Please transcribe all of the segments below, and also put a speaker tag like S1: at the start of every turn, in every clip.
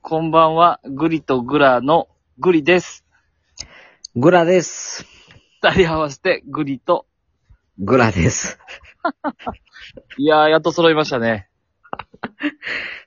S1: こんばんは、グリとグラのグリです。
S2: グラです。
S1: 二人合わせてグリと。
S2: グラです。
S1: いやー、やっと揃いましたね。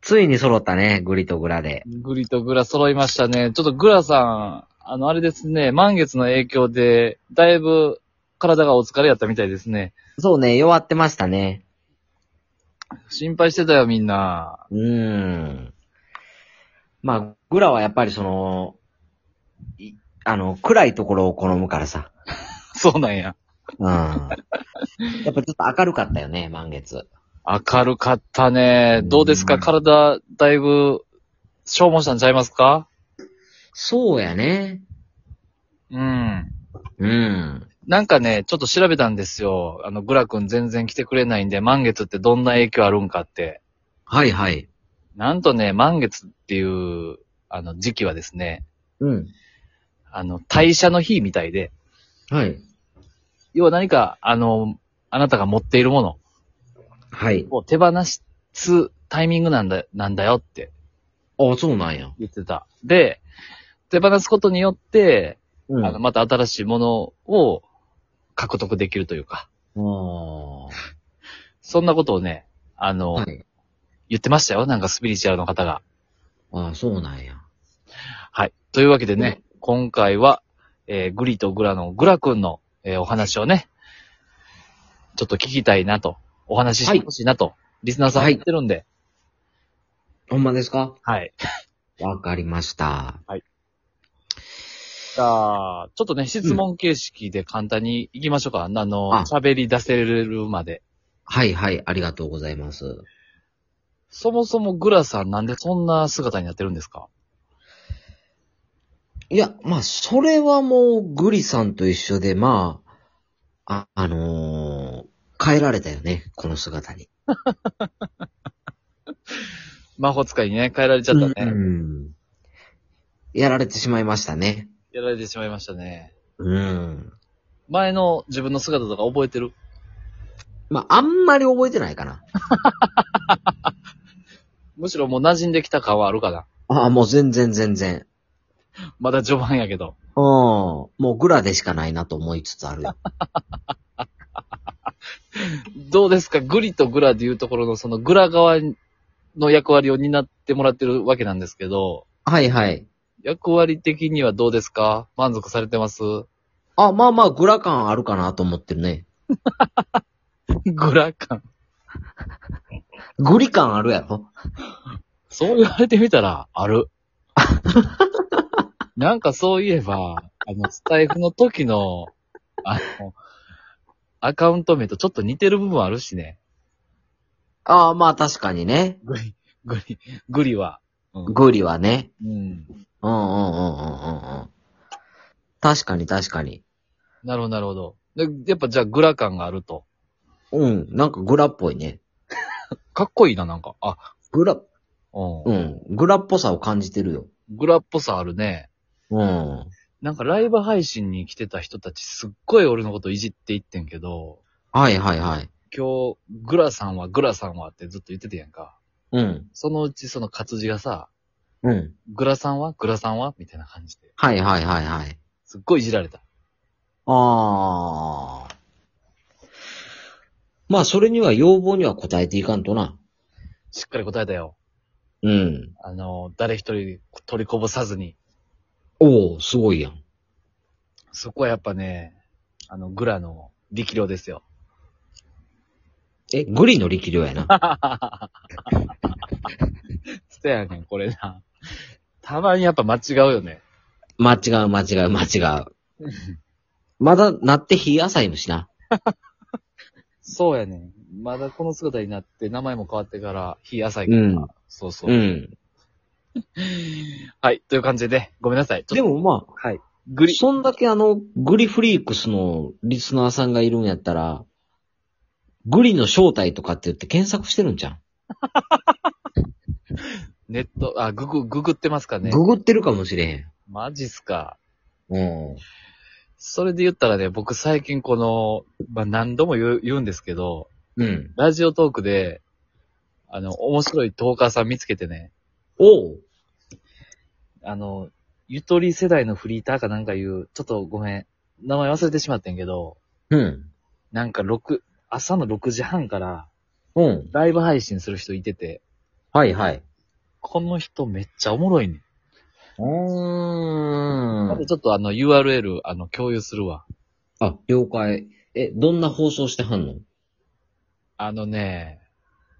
S2: ついに揃ったね、グリとグラで。
S1: グリとグラ揃いましたね。ちょっとグラさん、あの、あれですね、満月の影響で、だいぶ体がお疲れやったみたいですね。
S2: そうね、弱ってましたね。
S1: 心配してたよ、みんな。
S2: うーん。まあ、グラはやっぱりその、いあの、暗いところを好むからさ。
S1: そうなんや。
S2: うん。 やっぱちょっと明るかったよね、満月。
S1: 明るかったね。どうです
S2: う
S1: か
S2: ん
S1: 体、だいぶ、消耗したんちゃいますか
S2: そうやね。
S1: うん。
S2: うん。
S1: なんかね、ちょっと調べたんですよ。あの、グラ君全然来てくれないんで、満月ってどんな影響あるんかって。
S2: はいはい。
S1: なんとね、満月っていう、あの、時期はですね、
S2: うん。
S1: あの、代謝の日みたいで、
S2: はい。
S1: 要は何か、あの、あなたが持っているもの
S2: はい。
S1: を手放すタイミングなんだ、なんだよって
S2: あ、そうなんや。
S1: 言ってた。で、手放すことによって、
S2: うん。
S1: あの、また新しいものを獲得できるというか、
S2: あ
S1: そんなことをね、あの、
S2: ーはい。
S1: 言ってましたよ。なんかスピリチュアルの方が。
S2: あそうなんや。
S1: はい。というわけでね、今回は、えーグリとグラのグラ君の、えーお話をね、ちょっと聞きたいなと、お話ししてほしいなと、リスナーさん
S2: はい
S1: 言ってるんで、
S2: ほんまですか
S1: はい。
S2: わかりました。
S1: じゃあ、ちょっとね、質問形式で簡単に行きましょうか。あの、
S2: あ
S1: 喋り出せるまで。
S2: はいはい、ありがとうございます。
S1: そもそもグラさんなんでそんな姿になってるんですか
S2: いや、まあ、それはもう、グリさんと一緒で、まあ、あ、あのー変えられたよね、この姿に。
S1: 魔法使いにね、変えられちゃったね。
S2: うん。やられてしまいましたね。
S1: やられてしまいましたね。
S2: うん。
S1: 前の自分の姿とか覚えてる
S2: まあ、あんまり覚えてないかな。
S1: むしろもう馴染んできた感はあるかな。
S2: ああ、もう全然全然。
S1: まだ序盤やけど。
S2: うん。もうグラでしかないなと思いつつあるよ。
S1: どうですかグリとグラでいうところのそのグラ側の役割を担ってもらってるわけなんですけど、
S2: はいはい。
S1: 役割的にはどうですか満足されてます
S2: あ、まあまあ、グラ感あるかなと思ってるね。
S1: グラ感。
S2: グリ感あるやろ
S1: そう言われてみたら、ある。 なんかそういえば、あの、スタイフの時の、あの、アカウント名とちょっと似てる部分あるしね。
S2: ああ、まあ確かにね。
S1: グリ、グリ、グリは。うん
S2: グリはね。
S1: うん。
S2: うんうんうんうんうんうん。確かに確かに。
S1: なるほど、なるほど。で、やっぱじゃあグラ感があると。
S2: うん、なんかグラっぽいね。
S1: かっこいいな、なんか。あ、
S2: グラ、
S1: うん。
S2: うん、グラっぽさを感じてるよ。
S1: グラっぽさあるね。
S2: うん。
S1: なんかライブ配信に来てた人たちすっごい俺のこといじっていってんけど、
S2: はいはいはい。
S1: 今日、グラさんはグラさんはってずっと言ってたやんか。
S2: うん。
S1: そのうちその活字がさ、
S2: うん。
S1: グラさんはグラさんはみたいな感じで。
S2: はいはいはいはい。
S1: すっごいいじられた。
S2: あー。まあ、それには要望には応えていかんとな。
S1: しっかり答えたよ。
S2: うん。
S1: あの、誰一人取りこぼさずに。
S2: おー、すごいやん。
S1: そこはやっぱね、あの、グラの力量ですよ。
S2: え、グリの力量や な。
S1: そやねん、これな。たまにやっぱ間違うよね。
S2: 間違う間違う間違 う。まだなって日浅いのしな。
S1: そうやねん。まだこの姿になって、名前も変わってから、日朝日
S2: うん
S1: そうそう。
S2: うん。
S1: はい、という感じで、ごめんなさい。ちょっ
S2: で
S1: と、
S2: もまあ、
S1: はい。グリ、
S2: そんだけあの、グリフリークスのリスナーさんがいるんやったら、グリの正体とかって言って検索してるんじゃん、
S1: ネット、あ、ググ、ググってますかね。
S2: ググってるかもしれ
S1: マジっすか。
S2: へん。うん。
S1: それで言ったらね、僕最近この、まあ、何度も言う言うんですけど、
S2: うん。
S1: ラジオトークで、あの、面白いトーカーさん見つけてね、
S2: おう。
S1: あの、ゆとり世代のフリーターかなんかいう、ちょっとごめん、名前忘れてしまってんけど、
S2: うん。
S1: なんか6、朝の6時半から
S2: うん。
S1: ライブ配信する人いてて、
S2: はいはい。
S1: この人めっちゃおもろいね。
S2: う
S1: ま
S2: ー
S1: だ
S2: ん。
S1: ちょっとあの URL、あの、共有するわ。
S2: あ、了解。え、どんな放送してはんの
S1: あのね、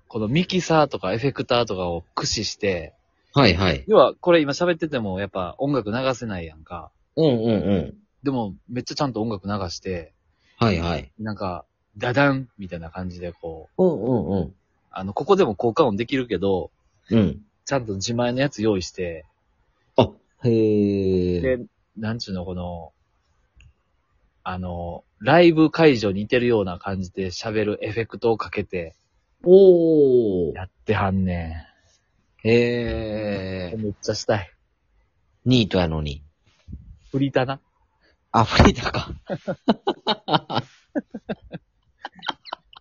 S1: このミキサーとかエフェクターとかを駆使して、
S2: はいはい。
S1: 要はこれ今喋っててもやっぱ音楽流せないやんか。
S2: うんうんうん。
S1: でもめっちゃちゃんと音楽流して、
S2: はいはい。
S1: なんか、ダダンみたいな感じでこう、
S2: うんうんうん。
S1: あの、ここでも効果音できるけど、
S2: うん。
S1: ちゃんと自前のやつ用意して、
S2: あ、へ
S1: で
S2: え。、
S1: なんちゅうのこの、あの、ライブ会場にいてるような感じで喋るエフェクトをかけて
S2: おー。
S1: やってはんね
S2: へ
S1: ん。
S2: え。
S1: めっちゃしたい。
S2: ニートやのに。
S1: フリーターな。
S2: あ、フリーターか。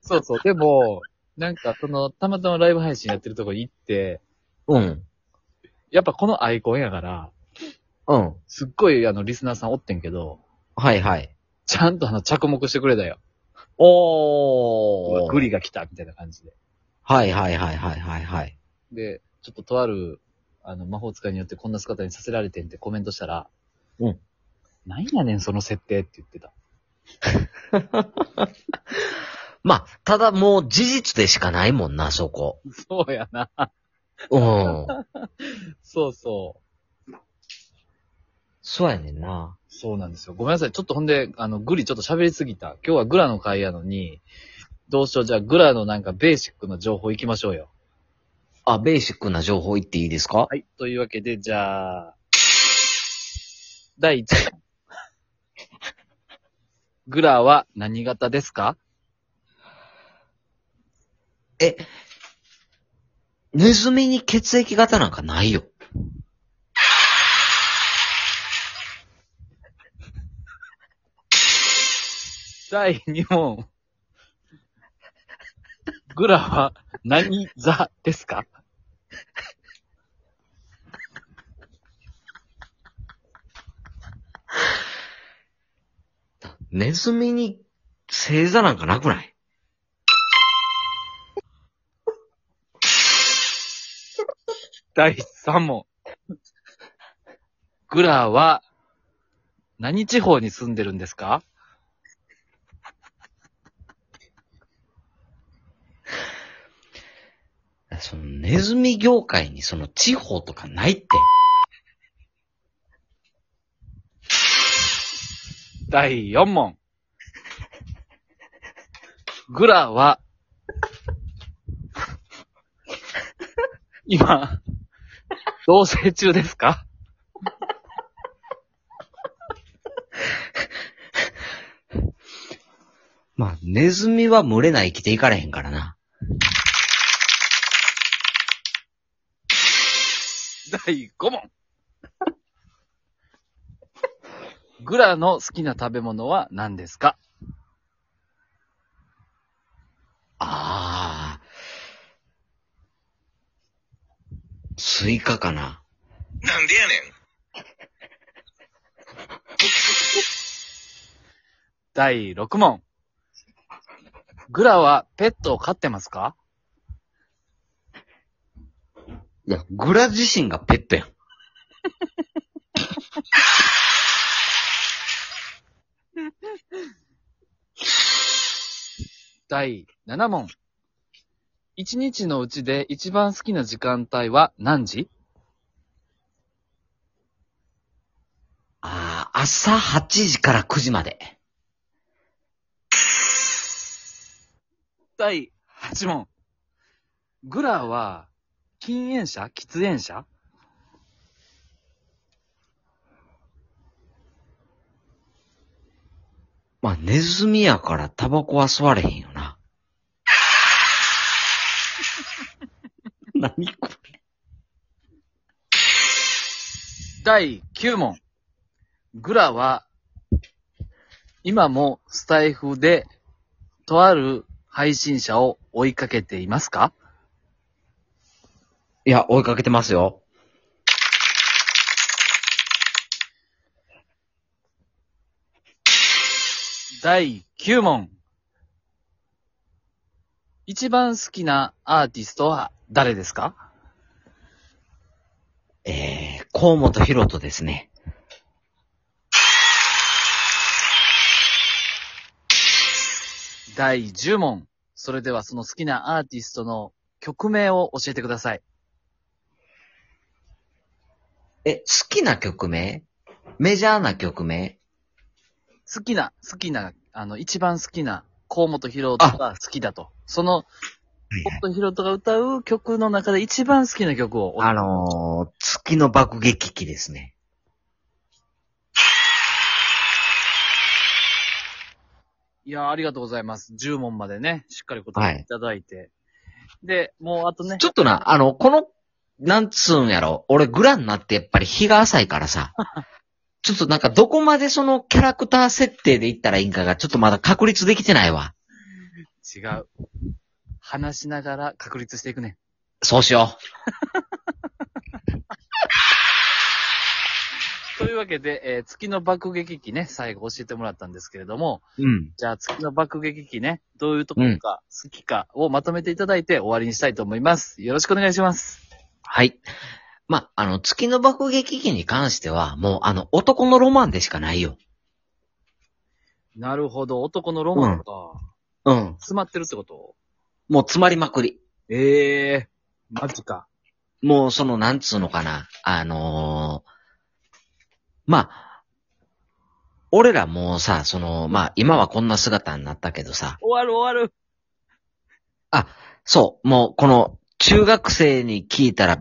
S1: そうそう。でも、なんか、その、たまたまライブ配信やってるとこに行って、
S2: うん。
S1: やっぱこのアイコンやから、
S2: うん。
S1: すっごいあの、リスナーさんおってんけど、
S2: はいはい。
S1: ちゃんとあの、着目してくれたよ。
S2: おー。
S1: グリが来た、みたいな感じで。
S2: はいはいはいはいはいはい。
S1: で、ちょっととある、あの、魔法使いによってこんな姿にさせられてんってコメントしたら、
S2: うん。
S1: なんやねん、その設定って言ってた。
S2: まあ、ただもう事実でしかないもんな、そこ。
S1: そうやな。
S2: うん。
S1: そうそう。
S2: そうやねんな。
S1: そうなんですよ。ごめんなさい。ちょっとほんで、あの、グリちょっと喋りすぎた。今日はグラの回やのに、どうしよう。じゃあ、グラのなんかベーシックの情報行きましょうよ。
S2: あ、ベーシックな情報言っていいですか
S1: はい。というわけで、じゃあ、第1問。 グラは何型ですか
S2: え、ネズミに血液型なんかないよ。
S1: 第2問。グラは何座ですか
S2: ネズミに星座なんかなくない
S1: 第3問。グラは何地方に住んでるんですか
S2: そのネズミ業界にその地方とかないって。
S1: 第4問。グラは、今、同棲中ですか
S2: まあ、ネズミは群れない生きていかれへんからな。
S1: 第5問。グラの好きな食べ物は何ですか
S2: ああ。スイカかな。
S3: なんでやねん。
S1: 第6問。グラはペットを飼ってますか
S2: いや、グラ自身がペットやん。
S1: 第7問。一日のうちで一番好きな時間帯は何時
S2: ああ、朝8時から9時まで。
S1: 第8問。グラは、禁煙者喫煙者
S2: まあ、ネズミやからタバコは吸われへんよ な。何これ。
S1: 第9問。グラは、今もスタイフで、とある配信者を追いかけていますか
S2: いや、追いかけてますよ。
S1: 第9問。一番好きなアーティストは誰ですか
S2: えー、河本ひろとですね。
S1: 第10問。それではその好きなアーティストの曲名を教えてください。
S2: え、好きな曲名メジャーな曲名
S1: 好きな、好きな、あの、一番好きな、河本博人が好きだと。その、河本博人が歌う曲の中で一番好きな曲を。
S2: あのー、月の爆撃機ですね。
S1: いやーありがとうございます。10問までね、しっかり答えていただいて。で、もうあとね、
S2: ちょっとな、あの、この、なんつうんやろ、俺グラになってやっぱり日が浅いから さ。ちょっとなんかどこまでそのキャラクター設定でいったらいいんかが、ちょっとまだ確立できてないわ。
S1: 違う。話しながら確立していくね。
S2: そうしよ
S1: というわけで、えー月の爆撃機ね、最後教えてもらったんですけれども、
S2: う。うん。
S1: じゃあ月の爆撃機ね、どういうところか、好きかをまとめていただいて終わりにしたいと思います。よろしくお願いします。
S2: はい。まあ、あの、月の爆撃機に関しては、もうあの、男のロマンでしかないよ。
S1: なるほど、男のロマンか。
S2: うん。
S1: 詰まってるってこと
S2: もう詰まりまくり。
S1: ええー、マジか。
S2: もうその、なんつうのかな。あのー、まあ、俺らもうさ、その、まあ、今はこんな姿になったけどさ、
S1: 終わる終わる。
S2: そう、もうこの、中学生に聞いたら